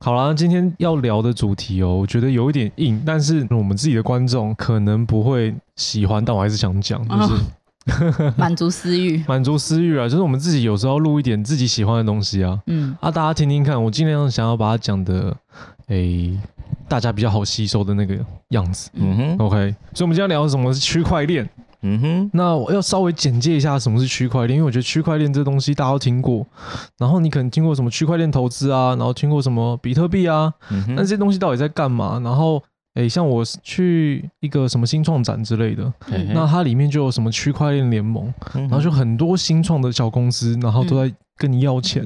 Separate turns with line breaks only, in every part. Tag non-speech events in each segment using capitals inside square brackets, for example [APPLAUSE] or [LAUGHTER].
好啦，今天要聊的主题哦，我觉得有一点硬，但是我们自己的观众可能不会喜欢，但我还是想讲，就是 [LAUGHS]
哦满足私欲。
满足私欲啊，就是我们自己有时候录一点自己喜欢的东西啊，
嗯，
啊，大家听听看，我尽量想要把它讲的，诶、大家比较好吸收的那个样子。
嗯
嗯哼，
OK，所以我们今天聊的是什么是区块链？
嗯哼，
那我要稍微简介一下什么是区块链，因为我觉得区块链这东西大家都听过，然后你可能听过什么区块链投资啊，然后听过什么比特币啊，
嗯
那这
哼，
些东西到底在干嘛？然后，诶、像我去一个什么新创展之类的，
嗯
那它里面就有什么区块链联盟，
然
然后就很多新创的小公司，然后都
嗯
在跟你要钱，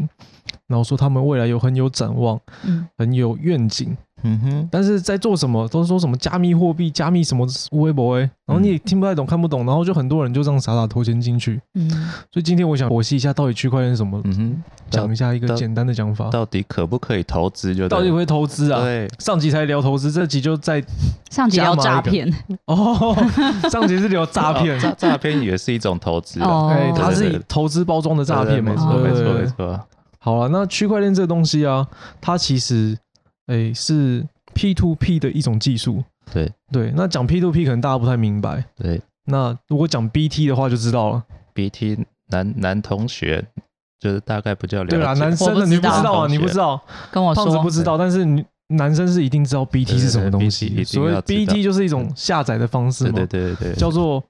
然后说他们未来有很有展望，
嗯，
很有愿景，
嗯哼，
但是在做什么都说什么加密货币、加密什么微博
嗯
哎，然后你也听不太懂、看不懂，然后就很多人就这样傻傻投钱进去。
嗯，
所以今天我想剖析一下到底区块链是什么，
嗯哼，
讲一下一个
到
简单的讲法，
到底可不可以投资就对
到底会投资啊？
对，
上集才聊投资，这集就在
上集聊诈骗，
哦，上集是聊诈骗
[LAUGHS] 哦，诈诈骗也是一种投资啊，
哦
哎，它
对
是
对
以
对
投资包装的诈骗嘛
对对
哦
没
对
错
对
没错
对
没错，
好了，那区块链这个东西啊，它其实诶、是 P to P 的一种技术。
对
对，那讲 P to P 可能大家不太明白。
对
那如果讲 BT 的话就知道了。
，BT 男男同学就是大概不叫了解，
对啦，男生
我
的
不
你
知
不
道
知道啊，
同学
你不知道，
跟我
胖子
说
不知道，但是女男生是一定知道 BT 是什么东西。
对对对 BT
所谓
一定要知道
BT 就是一种下载的方式
对
嘛，
对对对，
叫做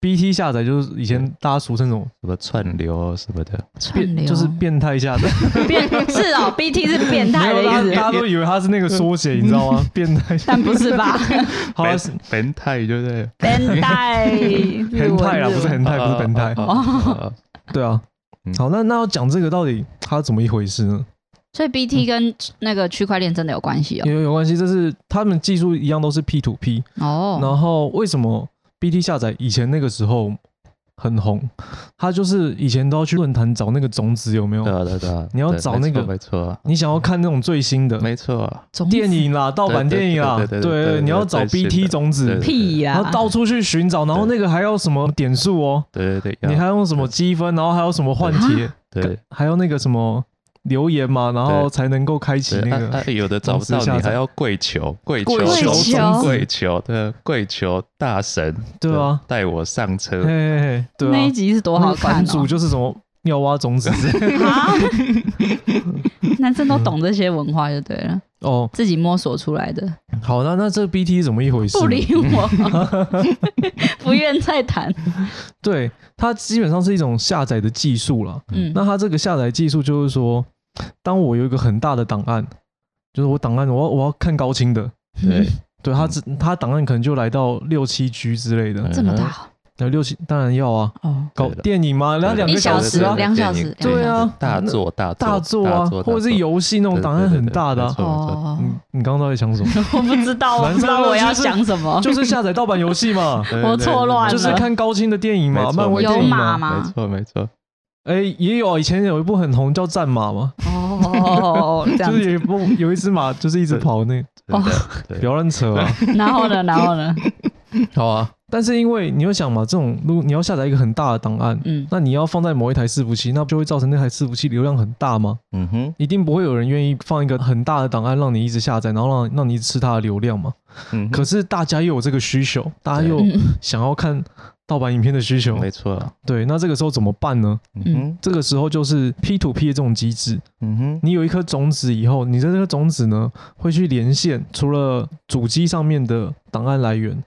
BT 下载，就是以前大家俗称那种
什么串流啊什么的，
串
变，
流，
就是变态下载。
变 [LAUGHS] 是哦，BT 是变
没
态的
有，大家大
意思，
家都以为它是那个缩写，你知道
[LAUGHS]
吗？变态。
但不是吧？
[LAUGHS] 好啊，
[LAUGHS]
变态就对，
变态，日
变
文
态啦，
日
不是
文
变态，不是变态。
哦，
对啊
嗯，
好，那那要讲这个到底它怎么一回事呢？
所以
嗯
BT 跟那个区块链真的有关系哦。
有有关系，这是他们技术一样都是 P to P，
哦，
然后为什么 BT 下载以前那个时候很红？它就是以前都要去论坛找那个种子有没
对
有？
啊对啊对啊，
你要
对
找
没
那个
错没错
你想要看那种最新的
没错，
种
电影啦、盗版
对对
电影啦，
对对对对
对，
对
你要
对
找
最新
BT
的
种
对
子
对，
屁啊呀
然后，到处去寻找，然后那个还要什么点数哦，
对对对，
你
要
还用什么积分，然后还有什么换帖，
对。
还有那个什么留言嘛，然后
对
才能够开启
对
那
啊
个。
啊有的找不到
公司下
你
载
还要跪求，跪求，
跪
求
求，
跪
跪求，对，跪求大神，
对啊，
带我上车
嘿，嘿嘿，对啊，
那一集是多
那
好
个
看
版
哦
主！就是什么妙蛙种子 [LAUGHS]
[LAUGHS] 啊男生都懂这些文化就对了，
哦。
自己摸索出来的。
好，那那这 BT 怎么一回事呢？
不理我， [LAUGHS] 不愿再谈。
对它基本上是一种下载的技术啦。
嗯，
那它这个下载技术就是说，当我有一个很大的档案，就是我档案我要我要看高清的，
嗯
对，嗯
对它只它档案可能就来到六七 G 之类的，
嗯
这么大
那六七当然要啊，
哦，
搞
对的
电影嘛，那两
一
个
小时
时啊
两，小时
对
对啊
大作大作
大作啊，或者是游戏那种档案很大的啊。
对对对
哦，
嗯，你刚刚到底想什么？
[LAUGHS] 我不知道，我不知道我要讲什么。
就是下载盗版游戏
[LAUGHS]
嘛，
我错乱了
就是看高清的电影
啊没
嘛，
错
漫威
有
电影
马
嘛。
吗
没错没错，
哎、也有啊以前有一部很红叫《战马》嘛，
哦，这样
就
子
是。有一部有一只马就是一直跑那个，
哦
真的对
不要乱扯
[LAUGHS]
啊，
然
[LAUGHS]
后呢，然后呢，
好啊。但是因为你要想嘛，这种如果你要下载一个很大的档案，
嗯，
那你要放在某一台伺服器，那不就会造成那台伺服器流量很大吗？
嗯哼，
一定不会有人愿意放一个很大的档案让你一直下载，然后让让你一直吃它的流量嘛。
嗯哼，
可是大家又有这个需求，大家又
嗯
想要看盗版影片的需求，
没错，
对，那这个时候怎么办呢？
嗯哼，
这个时候就是 P to P 的这种机制，
嗯哼，
你有一颗种子以后，你的这个种子呢会去连线，除了主机上面的档案来源，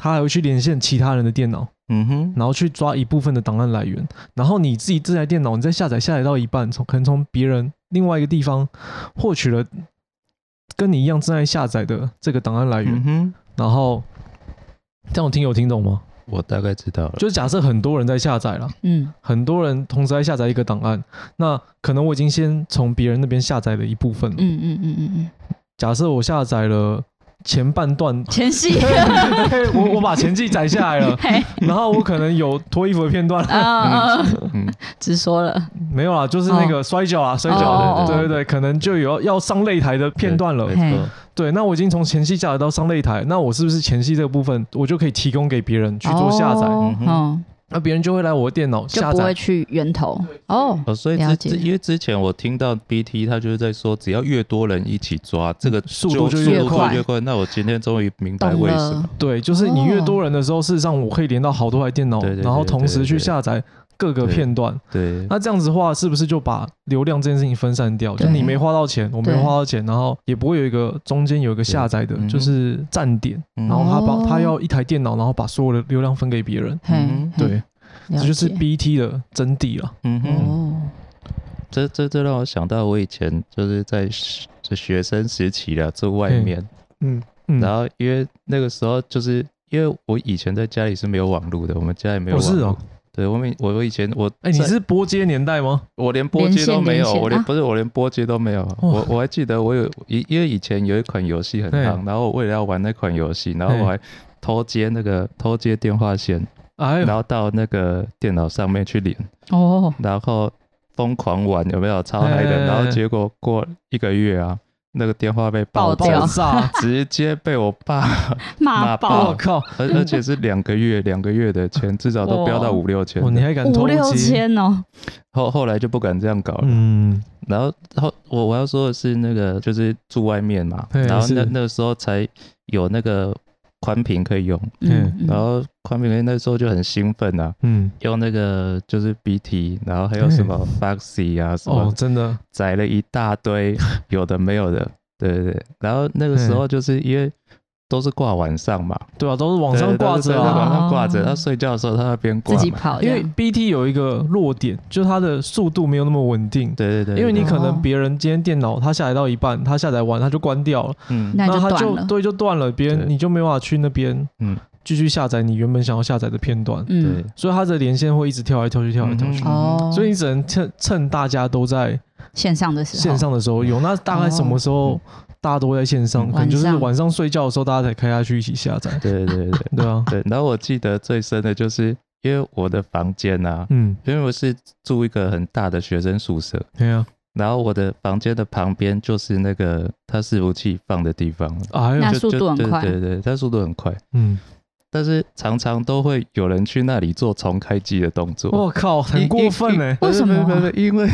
它还会去连线其他人的电脑，
嗯哼，
然后去抓一部分的档案来源，然后你自己这台电脑你再下载下载到一半，从可能从别人另外一个地方获取了跟你一样正在下载的这个档案来源，
嗯哼，
然后这样我听有听懂吗？
我大概知道了，
就是假设很多人在下载了。
嗯
很多人同时在下载一个档案，那可能我已经先从别人那边下载了一部分了。
嗯嗯嗯嗯嗯，，
假设我下载了前半段
[LAUGHS]
[LAUGHS]
前戏，
嘿我我把前记载下来
[LAUGHS]
了，
嘿，
然后我可能有脱衣服的片段，
啊，
嗯，
直说了，
没有啦，就是那个摔跤啊，摔跤，
哦
对对对，可能就有要上擂台的片段了
没。错，
对，那我已经从前戏下载到上擂台，那我是不是前戏这个部分我就可以提供给别人去做下载？
哦
嗯哼
嗯，
那别人就会来我的电脑
就
下
不会
载。
去源头哦。
哦，所以
了
之
解
之因为之前我听到 BT 他就是在说，只要越多人一起抓，这个
嗯速度就
就
越
速
快
越快。那我今天终于明白
懂
为什
了
么。，
对，就是你越多人的时候，事实上我可以连到好多台电脑，
哦对对对
然后同时
对对
去
对
下载各个
对
片段。
对，
那这样子的话，是不是就把流量这件事情分散掉？就
对
你没花到钱，我没
对
花到钱，然后也不会有一个中间有一个下载的
对，嗯
就是站点，
嗯
然后他把
哦
他要一台电脑，然后把所有的流量分给别人。
嘿
嗯，
嘿
对，
了
这就是
解
BT 的真谛了。
嗯哼，
哦，
这这这让我想到我以前就是在学就学生时期啊，住外面，
嗯嗯，
然后因为那个时候就是因为我以前在家里是没有网络的，我们家也没有
哦
网
是
络。
哦
对，我们我我以前我
哎，你
在
是波接年代吗？
我连波
连
接都
线
没
连
有，
线
我连
啊
不是我连波接都没有。我我还记得我有因因为以前有一款游戏很
对
夯，然后我为了要玩那款游戏，然后
对
我还偷接那个偷接电话线，
哎
然
呦，
后到那个电脑上面去连，
哦，
然后疯狂玩，有没有超嗨的？
哎
然后结果过一个月啊，那个电话被爆
爆
爆
掉
炸， [LAUGHS]
炸！
直接被我爸，
骂
骂
我
爆
爆
靠！
而而且是两个月两个月的钱，至少都飙到
哇
五六千
哦，你
的。
还敢
五
偷
六
接？
千哦，
后后来就不敢这样搞了。
嗯，
然后，然后我我要说的是，那个就是住外面嘛，
嘿
然后那
是
那个时候才有那个宽屏可以用，
嗯
嗯，
然后宽屏那时候就很兴奋啊，
嗯，
用那个就是 BT，然后还有什么 Foxy 啊什
哦
么，，
真的，
载了一大堆 [LAUGHS] 有的没有的，对对对。然后那个时候就是因为都是挂晚上嘛，
对啊，都是网上
对对
挂
对
着
对
啊。
晚上挂着，
哦
他睡觉的时候他那边挂
自己
嘛，
跑这
因
样，
为 BT 有一个弱点，就是它的速度没有那么稳定。
对对对，
因为你可能
哦
别人今天电脑它下载到一半，它下载完它就关掉了，
嗯
那
那
就
它
断
就
了，
对就断了，别人
对
你就没办法去那边
嗯
继续下载你原本想要下载的片段，
对
嗯，，
所以它的连线会一直跳来跳去，跳来跳去
嗯。
哦，
所以你只能趁趁大家都在
线上的时候，
线上的时候用，那大概什么时候
哦
大家都会在线上？
嗯
可能就是
晚上
晚上睡觉的时候，大家才开下去一起下载，
对对对对。
对啊，
对，然后我记得最深的就是，因为我的房间啊，
嗯，
因为我是住一个很大的学生宿舍，
对啊，
然后我的房间的旁边就是那个它伺服器放的地方，
哎呦
那，
就
速
就
度很
对
快
对对，它速度很快，
嗯，
但是常常都会有人去那里做重开机的动作。
我靠，很过分哎，
为什么啊
不是不是不是因为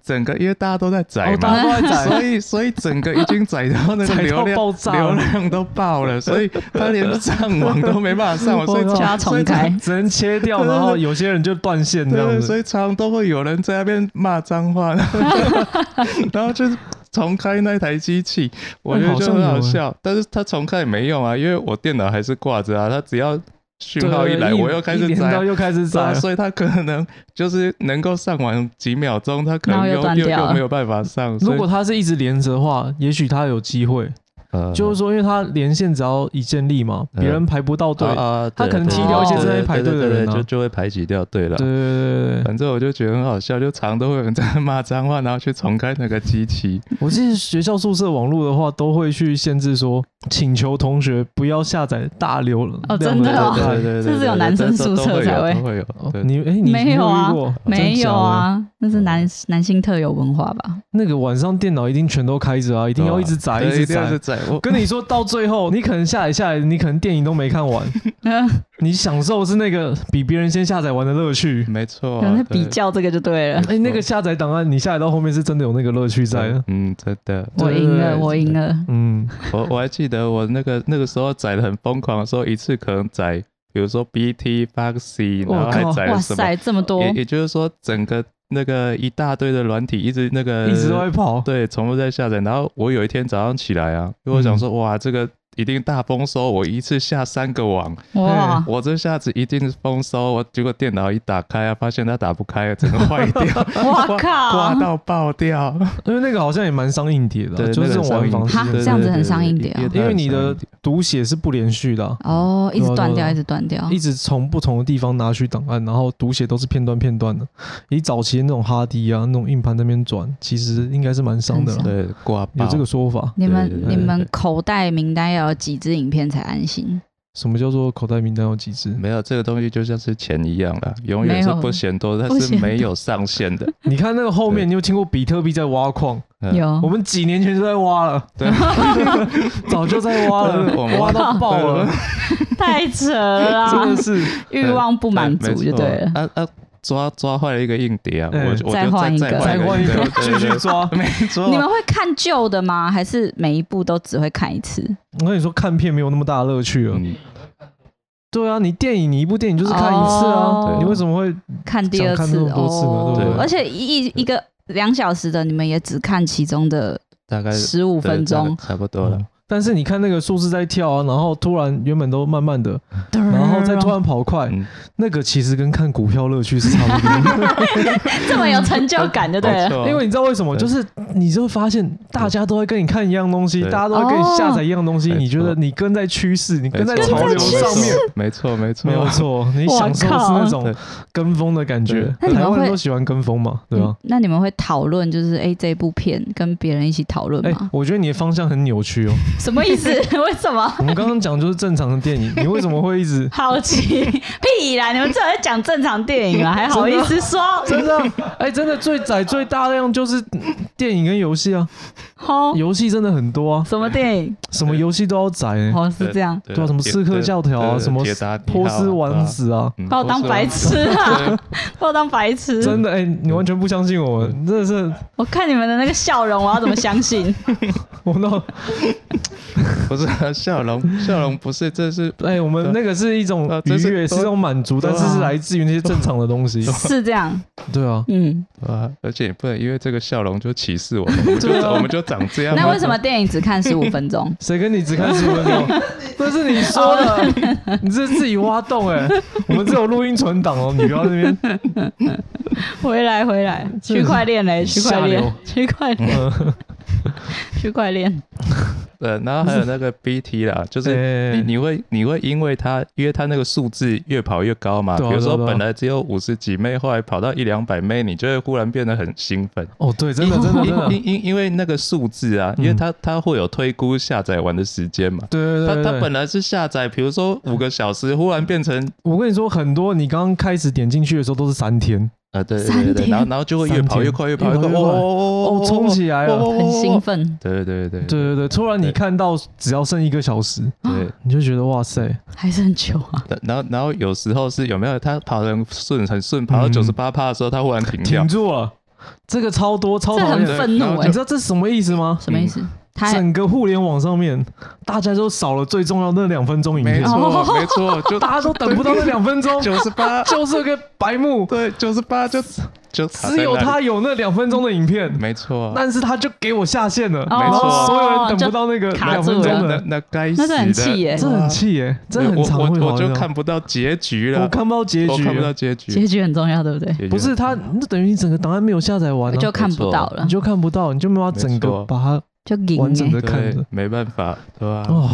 [LAUGHS] 整个因为大家都在载
哦，
嘛，
大家都在载
所以所以整个已经载到那 [LAUGHS] 个
载到
流量
爆炸
流量都爆了，所以他连上网都没办法
[LAUGHS]
上网，所以
我靠
就要
所以
重开， [LAUGHS]
只能切掉，然后有些人就断线这样
对，
子
所。以常常都会有人在那边骂
[LAUGHS]
脏话，然后就然后就是重开那台机器，我觉
嗯
得就很
啊
好笑。但是它重开也没用啊，因为我电脑还是挂着啊，它只要讯号一来，我又开
一
始
连
载
到
啊。
又开始
对
载
啊，
了，
所以它可能就是能够上网几秒钟，它可
然后
能
又
又
断
又
掉
又
了
没有办法上。所以
如果他是一直连着的话，也许他有机会。
呃
就是说，因为他连线只要一建立嘛，
嗯
别人排不到队。对
啊，啊
他
对
可能
对
踢掉一些
对
正
在
对
排
对
队的
对对
人啊
就就会排挤掉。对了，
对对对对，
反正我就觉得很好笑，就常都会有人在骂脏话，然后去重开那个机器。
我记得学校宿舍网络的话，都会去限制说，请求同学不要下载大流量
哦真
的
的哦
载
对对对对
这
对
只有
对
男生
这都
宿舍
都
才
有
会
都会有。对
你哎，你
没有啊
你遇过
没有，
真假的哦
啊，那是男男性特有文化
[LAUGHS]
吧？
那个晚上电脑一定全都开着啊，一定要一直载，
对
一直
一定要
载
是。宰。我
跟你说到最后，你可能下载下来，你可能电影都没看
[LAUGHS]
完，
嗯，
你享受是那个比别人先下载完的乐趣。
没错
有
啊，
哦
人在比
对
较这个就对了。
哎、那个下载档案，你下载到后面是真的有那个乐趣在的。
嗯，真的，
对
我
对
赢
对
了，我赢了。
嗯，
我我还记得我那个那个时候宰的很疯狂的时候，一次可能宰，比如说 BT、Foxy，
我
然后
靠
还宰
哇
了什么？
塞，这么多
也也就是说，整个那个一大堆的软体一直那个
一直都在跑。
呃对重复在下载。然后我有一天早上起来啊，因为我想
嗯
说，哇，这个一定大丰收，我一次下三个网，
哇！
我这下子一定是丰收。我结果电脑一打开啊，发现它打不开，整个坏掉，
[LAUGHS]
哦 [LAUGHS]
哇
挂
靠
挂到爆掉。
因为那个好像也蛮伤硬碟的啊、
对，
哦就是这种玩法
哈
是
这样子很伤硬碟啊
因为你的读写是不连续的啊、
哦，一直断
对啊对啊
掉，一直断掉
一。直从不同的地方拿取档案，然后读写都是片段片段的。以早期那种哈迪啊，那种硬盘那边转，其实应该是蛮伤的啦
很伤
对挂爆
有这个说法？
你们
对对对
你
对
们口袋名单要有几支影片才安心？
什么叫做口袋名单有几只？
没有这个东西就像是钱一样
[LAUGHS]
啦，永远是不嫌多，它
不
是
嫌多
没有上限的。
你看那个后面，你有听过比特币在挖矿？
嗯
有
呃我们几年 [LAUGHS] 前就在挖了，
对，
早就在挖了，
对我们
挖到爆了。
[LAUGHS]
啊
太扯了
[LAUGHS] 真
啦，
的是
欲望 [LAUGHS] 不满足就对了。
哎没错啊啊，抓抓坏了一个硬碟啊，我
哎
我就
再换一个
再
再换一个继续，
[LAUGHS]
抓。
对对对对没错。
哦
你们会看旧的吗？还是每一部都只会看一次？
我跟你说，看片没有那么大乐趣了。
嗯
对啊，你电影你一部电影就是看一次啊，
哦
你为什么会
看第二
想看
次
那么多次呢
哦，
对
不对
而且一一个两小时的，你们也只看其中的
大概
十五
五
分钟，
差不多了。
但是你看那个数字在跳啊，然后突然原本都慢慢的，然后再突然跑快，
嗯，
那个其实跟看股票乐趣是差不多的。
[LAUGHS] 这么有成就感嗯
[LAUGHS]
就对
没
了。
错，
因为你知道为什么？
嗯对
就是你就会发现大家都在跟你看一样东西，
对
大家都在跟你下载一样东西，
哦
你觉得你跟在趋势，你跟在
没错
潮流上面，，
没错没错
没有
没错。 [LAUGHS]
错。你享受是那种
对
跟风的感觉，
那你们
台
会
湾人都喜欢跟风嘛，对吧
嗯？那你们会讨论，就是哎、诶这部片跟别人一起讨论
哎
吗？，
我觉得你的方向很扭
[LAUGHS]
曲哦。
什么意思？为什么？
我们刚刚讲就是正常的
[LAUGHS]
电影，你为什么会一直
好奇 [LAUGHS] 屁啦！你们这还讲正常电影啊，还好意思说？
真的啊？哎，真的最载最大量就是电影跟游戏啊，
哦，
游戏真的很多啊，
什么电影？
什么游戏都要载欸。
哦，是这样，
对
对啊，什么刺客教条啊，什么波斯王，子啊，
对对对铁达尼号啊对啊嗯
把我当白痴啊！把我当白
嗯
痴！
真的哎、你完全不相信我，真的是
我看你们的那个笑容，我要怎么相信？
我那
[LAUGHS] 不是啊笑容，笑容不是，这是
哎、我们那个是一种
啊
愉
这是
悦，是一种满足，
对
但
啊
是是来自于那些正常的东
[LAUGHS]
西。
是这样，
对 [LAUGHS] 啊，？
嗯。
啊，而且也不能因为这个笑容就歧视我们，我们就我们就长这样。
那为
[LAUGHS]
什么电影只看十五分钟
[LAUGHS] 谁跟你只看十分钟？那是你说的，你这是自己挖洞
[LAUGHS]
哎、我们只有录音存档哦，你不要在那边。
回来回来，
这
区块链嘞，区块
下流
链，区块链， [LAUGHS]
嗯
区块链。
呃，然后还有那个 BT
[LAUGHS]
啦， [LAUGHS] 就是你
哎
你会你会因为它，因为它那个数字越跑越高嘛，
对啊
比如说
对啊对啊
本来只有五十几妹，后来跑到一两百妹，你就会忽然变得很兴奋。
哦，对，真的真的真的，嗯对
因因因为那个数字啊，因为它它会有推估下载完的时间嘛。
对
它
对对
它
对。
本来是下载，比如说五个小时，忽然变成
我跟你说，很多你刚刚开始点进去的时候都是三天，
呃，对
三
对对对，
天
然后然后就会越跑越快，越跑越快，
越跑越快
哦
哦，冲起来了。
很兴。奋，
对对对
对对对，突然你
对
看到只要剩一个小时，
对。
你就觉得哇塞，
还是很久啊。
然后然后有时候是有没有他跑得很顺很顺，跑到
嗯
九十八帕的时候，他忽然嗯停啊掉
停，住了，这个超多超
这
讨
很
厌。
愤
然
怒
后
你
哎
知，道这是什么意思吗？嗯
什么意思？他
整个互联网上面，大家都少了最重要的那两分钟影
没
片，
错没错，就
大家都等不到那两分
[LAUGHS]
钟，
九十八，
就是个白目，
对九十八就就卡在
只有
那里嗯
他有那两分钟的影片，
没错，
但是他就给我下线了，
哦
然后所有人等不到那个
就卡
两
住
分
了
钟
那
的，
那该死
那
的，
是很气耶
这很气耶，这很常会
我我
发
我
生
就。看不到结局了，
我看不到结
我
局啊
看，不到结局，啊
结局很重要，对不对？
结局
不是他，那等于你整个档案没有下载完啊，
就看不到
你
了，
就看不到，你就没有办法整
没
个
错
把它
就赢
完整
哎
的看着
对。，没办法，对吧？
哦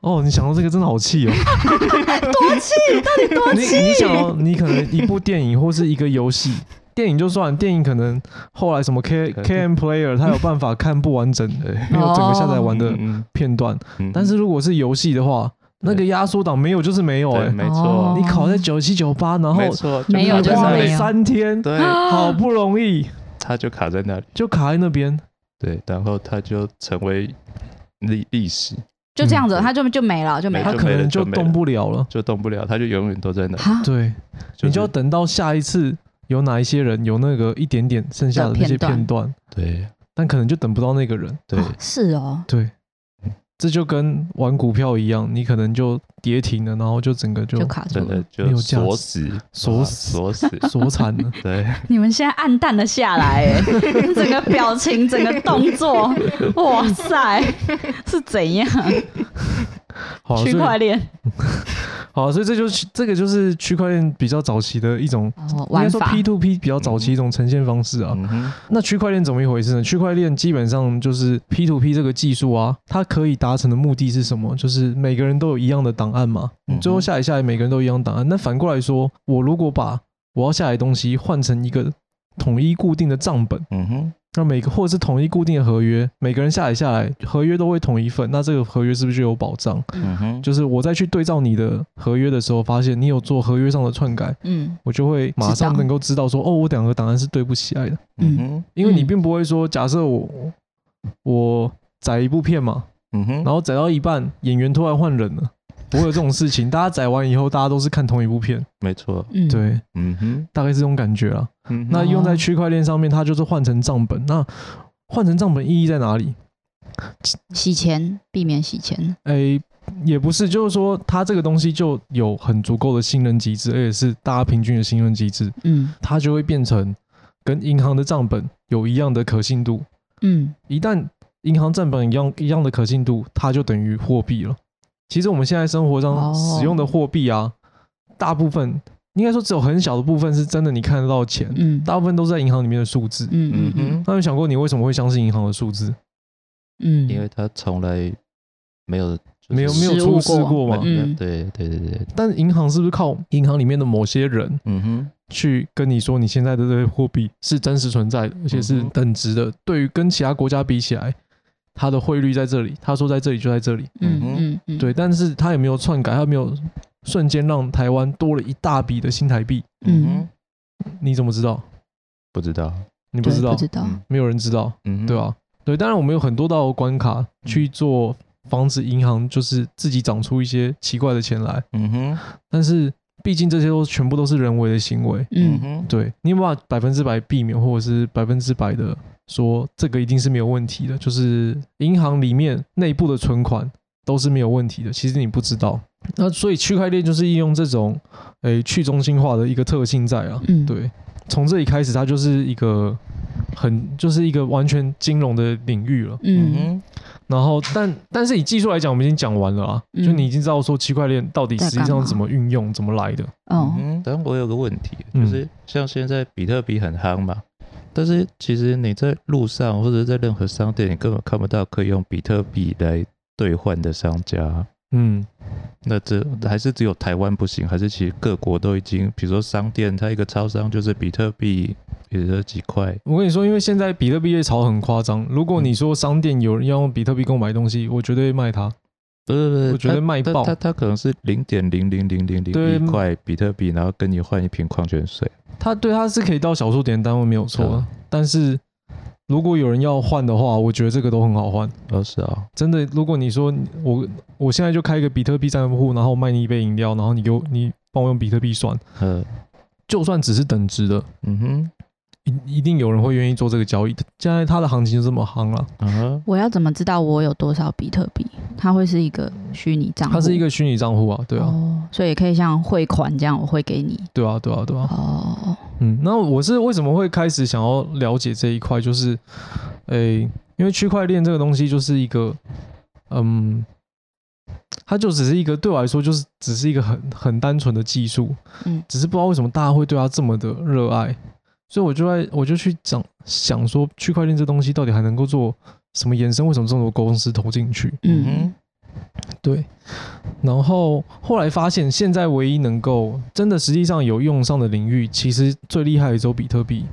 哦，你想到这个真的好气哦，
[LAUGHS] 哎
多气，到底多气？你你想哦，你可能一部电影或是一个游戏，电影就算，电影可能后来什么 K
对
K M Player 它有办法看不完整，
对，
没有整个下载完的
嗯，
片段，
嗯
但是如果是游戏的话，那个压缩档没有就是没有
对，
哎，
没错
哦，
你考在九七九八，然后
没错，
没有
你
就是
花
卡在
了
那里
没有
三天，
对，
好不容易
他就卡在那里，
就卡在那边，
对，然后他就成为历历史，
就这样子，
嗯
他就就没了，就没
他
了
就。
可
没了
能
就
就
没
动不了了。
就动不了，他就永远都在那，
哈，
对，
是
你就要等到下一次有哪一些人有那个一点点剩下的那些
的片段
片段，
对
但可能就等不到那个人。
对
哦是哦，
对，这就跟玩股票一样，你可能就跌停了，然后就整个就
就卡住
真的
了。
没
就
有价值
锁死，
锁
啊
死啊
锁死，
[LAUGHS] 锁惨了。
对，
你们现在暗淡了下来， [LAUGHS] 哎，整个表情，整个动作，哇塞，是怎样？
好，哦啊所
[LAUGHS] 区
以
块链
好，啊所以这就是这个就是区块链比较早期的一种。
哦，
应该
玩
说
法
P to P 比较早期一种呈现方式啊，
嗯哼，
那区块链怎么一回事呢？区块链基本上就是 P to P 这个技术啊，它可以达成的目的是什么？就是每个人都有一样的档案嘛，
嗯
你最后下载下来每个人都一样档案。那反过来说，我如果把我要下载的东西换成一个统一固定的账本，
嗯哼，
那每个或者是统一固定的合约，每个人下载下来，合约都会同一份，那这个合约是不是就有保障？
嗯哼，
就是我再去对照你的合约的时候，发现你有做合约上的篡改，
嗯，
我就会马
知
上
道
能够知道说，哦，我两个档案是对不起来的。
嗯哼，
因为你
嗯
并不会说，假设我我载一部片嘛，
嗯哼，
然后载到一半，演员突然换人了，不会有这种事情。大家载完以后，大家都是看同一部片，
没错，
嗯，
对，
嗯哼，
大概是这种感觉啦。
嗯哼
那用在区块链上面，它就是换成账本。那换成账本意义在哪里？
洗钱，避免洗钱，
诶、也不是，就是说它这个东西就有很足够的信任机制，而且是大家平均的信任机制，
嗯
它就会变成跟银行的账本有一样的可信度。
嗯
一旦银行账本一样一样的可信度，它就等于货币了。其实我们现在生活
哦
上使用的货币啊，大部分应该说只有很小的部分是真的你看得到钱，
嗯
大部分都是在银行里面的数字。
嗯
嗯
嗯
哼，
那有想过你为什么会相信银行的数字？
嗯，
因为他从来没有就是
没有没有
实物
出事过
没
嘛？
嗯
没有对对对对，对
但银行是不是靠银行里面的某些人
嗯哼，
去跟你说你现在的这些货币是真实存在的，而且是
嗯哼
等值的？对于跟其他国家比起来，它的汇率在这里，他说在这里就在这里。
嗯嗯嗯，
对，但是它也没有篡改，它没有瞬间让台湾多了一大笔的新台币。
嗯
嗯哼，
你怎么知道？
不知道，
你不
对
知道
不，知道，
嗯
没有人知道，
嗯哼，
对吧、对，当然我们有很多道关卡去做防止银行就是自己长出一些奇怪的钱来，
嗯哼，
但是毕竟这些都全部都是人为的行为。
嗯
嗯
哼，
对你有没有办法百分之百避免，或者是百分之百的说这个一定是没有问题的？就是银行里面内部的存款都是没有问题的，其实你不知道。那所以区块链就是应用这种诶、去中心化的一个特性在啊，
嗯，
对，从这里开始它就是一个很就是一个完全金融的领域了。
嗯
嗯
哼，
然后但但是以技术来讲，我们已经讲完了啊，
嗯
就你已经知道说区块链到底实际
在干
上
嘛
怎么运用、怎么来的。
嗯
哦，
哼，但我有个问题，
嗯
就是像现在比特币很夯嘛，但是其实你在路上或者在任何商店，你根本看不到可以用比特币来兑换的商家。
嗯，
那这还是只有台湾不行，还是其实各国都已经，比如说商店，它一个超商就是比特币，也就几块，
我跟你说，因为现在比特币业潮很夸张。如果你说商店有人要用比特币跟我买东西，我绝对卖它。
不是不是，
我觉得卖
它
爆
它它可能是零点零零零零
对
零一块比特币，然后跟你换一瓶矿泉水。
它对它是可以到小数点单位没有错啊，但是如果有人要换的话，我觉得这个都很好换。
哦，是啊，
真的，如果你说我我现在就开一个比特币账户，然后卖你一杯饮料，然后你给我你帮我用比特币算，
呃，
就算只是等值的，
嗯哼，
一一定有人会愿意做这个交易。现在它的行情就这么夯了、
啊哈，
我要怎么知道我有多少比特币？它会是一个虚拟账户，
它是一个虚拟账户啊，对啊，
哦，所以也可以像汇款这样，我会给你
对啊，对啊，对啊。
哦，
嗯，那我是为什么会开始想要了解这一块？就是，诶、因为区块链这个东西就是一个，嗯，它就只是一个对我来说就是只是一个很很单纯的技术，
嗯
只是不知道为什么大家会对它这么的热爱，所以我就在我就去讲想说区块链这东西到底还能够做什么延伸？为什么这么多公司投进去？
嗯
对，然后后来发现，现在唯一能够真的实际上有用上的领域，其实最厉害的只有比特币。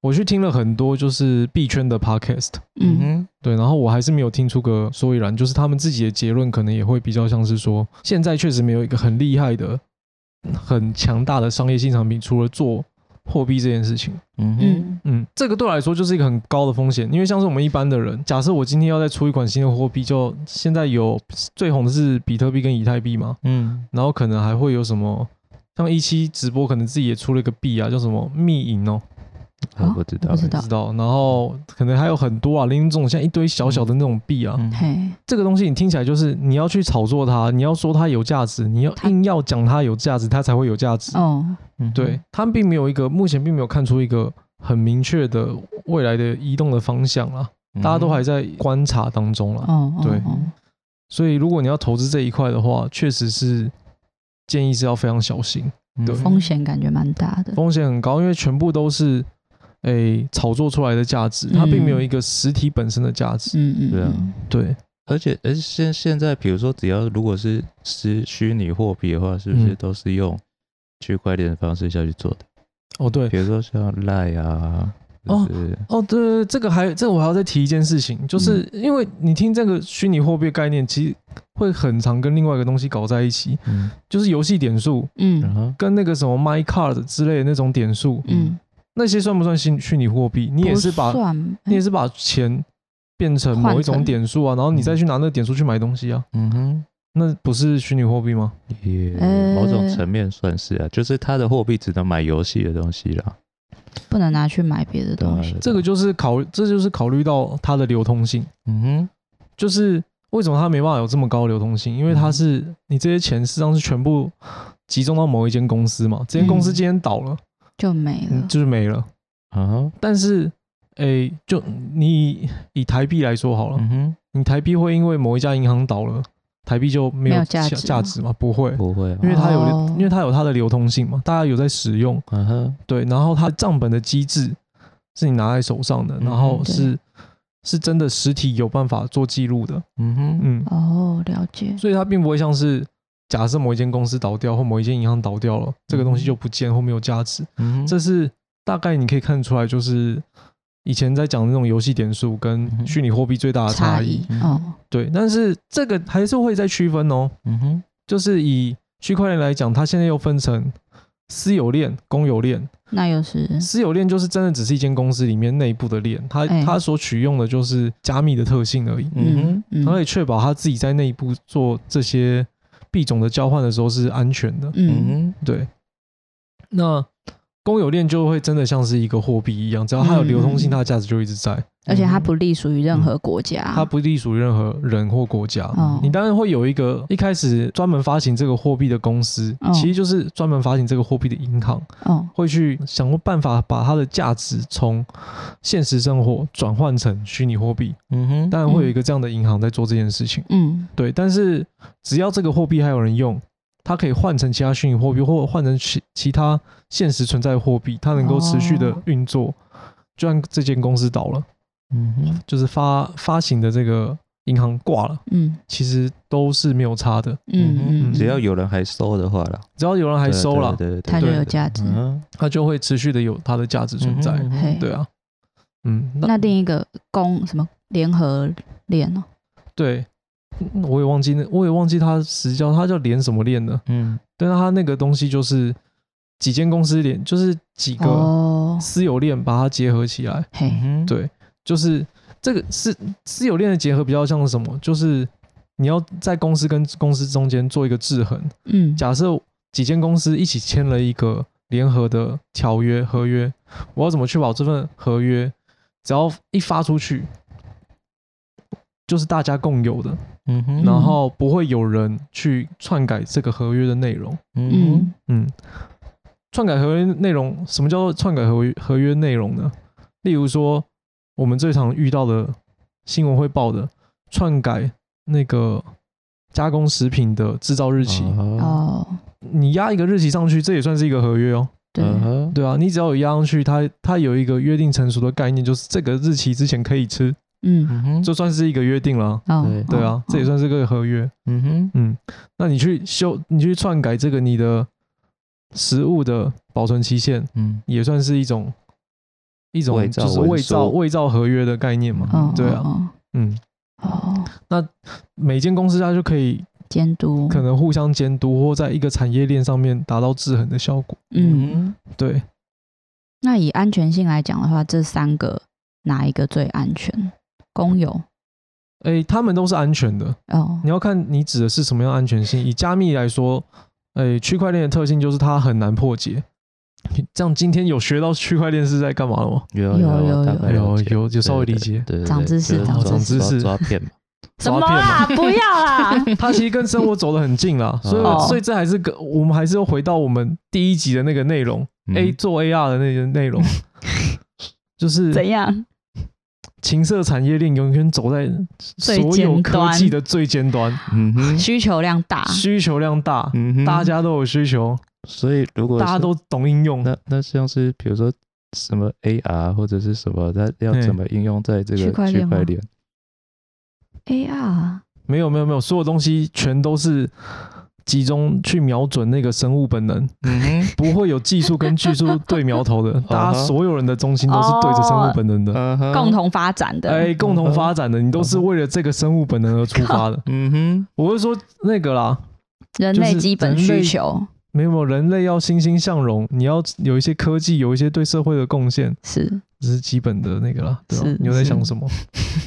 我去听了很多就是币圈的 podcast，
嗯
嗯哼，
对，然后我还是没有听出个所以然，就是他们自己的结论可能也会比较像是说，现在确实没有一个很厉害的、很强大的商业性产品，除了做货币这件事情。
嗯哼，
嗯
嗯，这个对我来说就是一个很高的风险，因为像是我们一般的人，假设我今天要再出一款新的货币，就现在有最红的是比特币跟以太币嘛，
嗯
然后可能还会有什么，像一期直播可能自己也出了一个币啊，叫什么密银哦，
啊，不知道
不，知
不
道
知，道，哎然后可能还有很多啊，零零总总像一堆小小的那种币啊，
嗯
嘿，
这个东西你听起来就是你要去炒作它，你要说它有价值，你要
它
硬要讲它有价值，它才会有价值。
哦，
嗯哼
对，，他们并没有一个目前并没有看出一个很明确的未来的移动的方向啊啦，
嗯哼
大家都还在观察当中啦。
哦，哦
对
哦
所以如果你要投资这一块的话，确实是建议是要非常小心，
嗯
对
风，险感觉蛮大的，
风险很高，因为全部都是诶、炒作出来的价值，它并没有一个实体本身的价值。
嗯嗯，
对啊
嗯
对，
而且而且现现在，比如说，只要如果是是虚拟货币的话，是不是
嗯
都是用区块链的方式下去做的？
哦对，
比如说像 Line 啊，
哦
就是
哦，对对，对这个还这个我还要再提一件事情，就是
嗯
因为你听这个虚拟货币的概念，其实会很常跟另外一个东西搞在一起，
嗯，
就是游戏点数
然
嗯
后
跟那个什么 My Card 之类的那种点数，
嗯，
那些算不算虚虚拟货币？你也是把
不算哎
你也是
嗯
把钱变成某一种点数啊，然后你再去拿那个点数去买东西啊。
嗯哼，
那不是虚拟货币吗？
也
呃
某种层面算是啊，就是它的货币只能买游戏的东西啦。
不能拿去买别的
对啊
东西。，
这个就是考，这就是考虑到它的流通性，
嗯
就是为什么它没办法有这么高的流通性，因为
嗯
它是你这些钱实际上是全部集中到某一间公司嘛，这间公司
嗯啊
今天倒了，
就没了
嗯，。就是没了。
哼啊，
但是，诶，就你以台币来说好了，
嗯
你台币会因为某一家银行倒了，台币就没
没
有
有价值
价
吗
值吗？不会
哼，，不会啊，
因为它有，
哦
因为它有它的流通性嘛，大家有在使用，
嗯哼，
对，然后它账本的机制是你拿在手上的，
嗯
然后
对
是、是真的实体有办法做记录的，
嗯哼，
嗯，
哦，了解。
所以它并不会像是假设某一间公司倒掉或某一间银行倒掉了，这个东西就不见或没有价值，
嗯哼，
这是大概你可以看出来，就是以前在讲的那种游戏点数跟
嗯哼
虚拟货币最大的差
差
异
异，哦，
对，但是这个还是会再区分哦，
嗯哼，
就是以区块链来讲，它现在又分成私有链、公有链。
那又是
私有链就是真的只是一间公司里面内部的链，它、
哎
它所取用的就是加密的特性而已，
嗯
嗯
它
嗯
可以确保它自己在内部做这些币种的交换的时候是安全的。
嗯
嗯
对，那公有链就会真的像是一个货币一样，只要它有流通性，
嗯
它的价值就一直在，
而且它不隶属于任何国家。
它不隶属于任何人或国家。
啊哦
你当然会有一个一开始专门发行这个货币的公司，
哦
其实就是专门发行这个货币的银行，
哦
会去想过办法把它的价值从现实生活转换成虚拟货币。
嗯哼，
当然会有一个这样的银行在做这件事情，
嗯
对。但是只要这个货币还有人用，它可以换成其他虚拟货币，或换成其其他现实存在的货币，它能够持续的
哦
运作。就算这间公司倒了，
嗯哼，
就是发发行的这个银行挂了，
嗯
其实都是没有差的。
嗯嗯，
只要有人还收的话啦，
只要有人还
对
收了，
对对对，
它就
对
有价值。
嗯
它就会持续的有它的价值存在。
嗯哼
嘿
对啊，嗯，那
那另一个公什么联合链哦，
对，嗯我也忘记那，我也忘记它实叫它叫连什么链呢？
嗯
但是它那个东西就是几间公司连，就是几个
哦，
私有链把它结合起来。
嘿，
哼，
对，就是这个是私有链的结合比较像是什么？就是你要在公司跟公司中间做一个制衡。
嗯，
假设几间公司一起签了一个联合的条约合约，我要怎么确保这份合约只要一发出去，就是大家共有的，
嗯哼，
然后不会有人去篡改这个合约的内容。
嗯，
嗯，篡改合约内容，什么叫做篡改合约合约内容呢？例如说，我们最常遇到的新闻会报的篡改那个加工食品的制造日期，
哦，
哦，
你压一个日期上去，这也算是一个合约哦，
对，
嗯哼
对啊，你只要有压上去，它它有一个约定成熟的概念，就是这个日期之前可以吃，
嗯，
嗯哼，
这算是一个约定了啊。
哦，
对啊，这也算是个合约。
嗯哼，
嗯，那你去修，你去篡改这个你的食物的保存期限，
嗯
也算是一种一种
伪造
就是
文
伪造
书
伪造合约的概念嘛。
哦，
对啊
哦，
嗯，
哦，
每间公司它就可以
监督，
可能互相监督，或在一个产业链上面达到制衡的效果。
嗯，
哼，
对，
那以安全性来讲的话，这三个哪一个最安全？公有
哎，他们都是安全的。
哦
你，要看你指的是什么样的安全性。以加密来说，哎，区块链的特性就是它很难破解。你这样今天有学到区块链是在干嘛了吗？
有
有有
大概了
有
解
哎有有稍微
对
理
对
解
对对
长
对
知识
就是
长
抓
知识
抓抓片嘛，
什么
抓骗嘛
啦？不要
[LAUGHS]
啦！
它其实跟生活走得很近啦，所以、
哦
所以这还是跟我们还是要回到我们第一集的那个内容、a
嗯
做 AR 的那个内容，就是
怎样？
情色产业链永远走在所有科技的最尖端，
嗯哼，
需求量大，
需求量大，
嗯哼，
大家都有需求，
所以如果
大家
是
都懂应用，
那那像是比如说什么 AR 或者是什么，它要
嗯
怎么应用在这个
区
区
块链吗
块链？
AR
没有没有没有，所有东西全都是集中去瞄准那个生物本能，
嗯哼，
不会有技术跟技术对苗头
[LAUGHS] 啊
的，大家
嗯哼
所有人的中心都是对着生物本能的。
哦
嗯哼，
共，同发展的，
哎，共同发展的，你都是为了这个生物本
[LAUGHS]
能而出发的。
嗯哼，
我是说那个啦，
人
就是 [LAUGHS]
类基本需求，
没有人类要欣欣向荣，你要有一些科技，有一些对社会的贡献，
是
这是基本的那个啦。对吧、
是
你又在
是
想什么？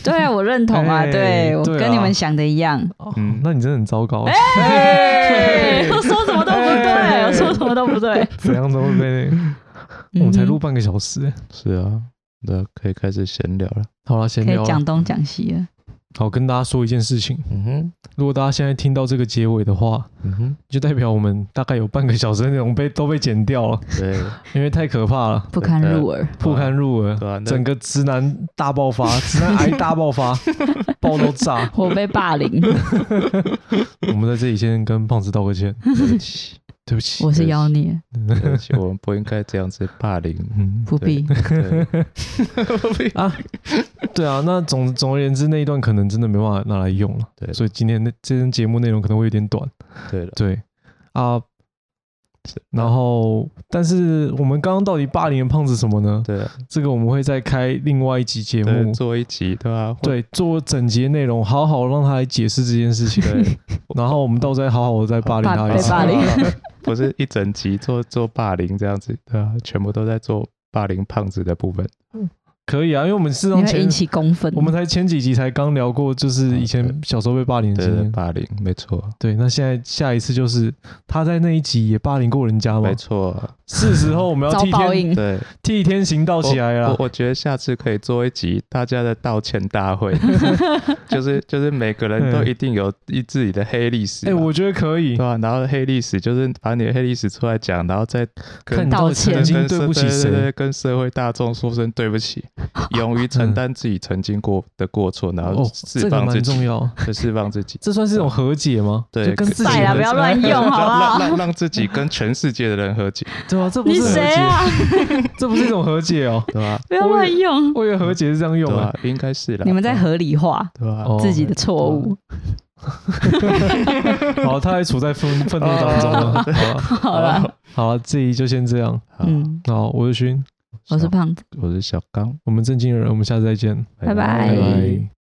对啊，我认同啊，
哎
对我
对啊
跟你们想的一样。
哦
嗯
那你真的很糟
[LAUGHS]
糕，
哎，我说什么都不对，
哎
我说什么都不对。
怎样都会被那
嗯
个。我们才录半个小时、欸，
是啊，那可以开始闲聊了。
好了，闲
可
聊啦。
以讲东讲西了。
好，跟大家说一件事情，
嗯哼，
如果大家现在听到这个结尾的话，
嗯哼，
就代表我们大概有半个小时的内容被都被剪掉
[LAUGHS]
了，
对，
因为太可怕了，
不堪入耳，
不堪入耳，
对啊那
整个直男大爆
[LAUGHS]
发，直男癌大爆发， [LAUGHS] 爆到炸。
我被
[LAUGHS]
霸凌。
我们在这里先跟胖子道个歉，
对不起，
对不起
我。是妖孽，
对不起，我们不应该这样子霸凌。
嗯
不必。
[LAUGHS] 对
啊，对啊，那总总而言之，那一段可能真的没办法拿来用了，
对
所以今天的这天节目内容可能会有点短，
对了，
对啊。然后，但是我们刚刚到底霸凌了胖子什么呢？
对了，
这个我们会再开另外一集节
对，
目，
做一集对吧？或
对，做整节内容，好好让他来解释这件事情，
对，
[LAUGHS] 然后我们到时候再好好的再霸凌
霸
他一
被
次。
霸凌，
[LAUGHS] 不是一整集做做霸凌这样子，对啊，全部都在做霸凌胖子的部分。
可以啊，因为我们事实
你
上
会
前
引起公愤。
我们才前几集才刚聊过，就是以前小时候被霸凌的
对
经
对，
验。
霸凌，没错，
对，那现在下一次就是他在那一集也霸凌过人家嘛
没，错，
是时候我们要
遭
替
报
天
应，
对。
替天行道起来
啊
我
了
我。我觉得下次可以做一集大家的道歉大
[LAUGHS]
会，就是就是每个人都一定有一自己的黑历史
哎，
嘛。
我觉得可以
对，啊吧、然后黑历史就是把你的黑历史出来讲，然后再跟
看你到底曾
跟
经
跟
对不起
对对对
谁。哦
跟社会大众说声对
[LAUGHS]
不起，勇于承担自己曾经过的过错，然后
哦，
释
这个
放自
蛮重
己，
要，
就释放自己。
这算是一种和解吗？
对
就跟自己
在啦，
和
不要乱用，
让
好不
让
好？
让让自己跟全世界的人
[LAUGHS]
和解，
对啊，这不
[LAUGHS] 你
是和
谁
解，
啊？
这不是一种和解哦。
对吧、
不要乱用，
[LAUGHS] 我以为和解是这样用啊
对吧、
的。
应该是啦。
你们在合理化
对吧、
哦
自己的错误。
[LAUGHS] 好，他还处在愤愤怒当中了。好啊
好了，
好啊，这一集就先这样。
好
嗯，
好，我是勋，
我是
小
胖子，
我是小刚，
我们正经人，我们下次再见，
拜拜
拜拜。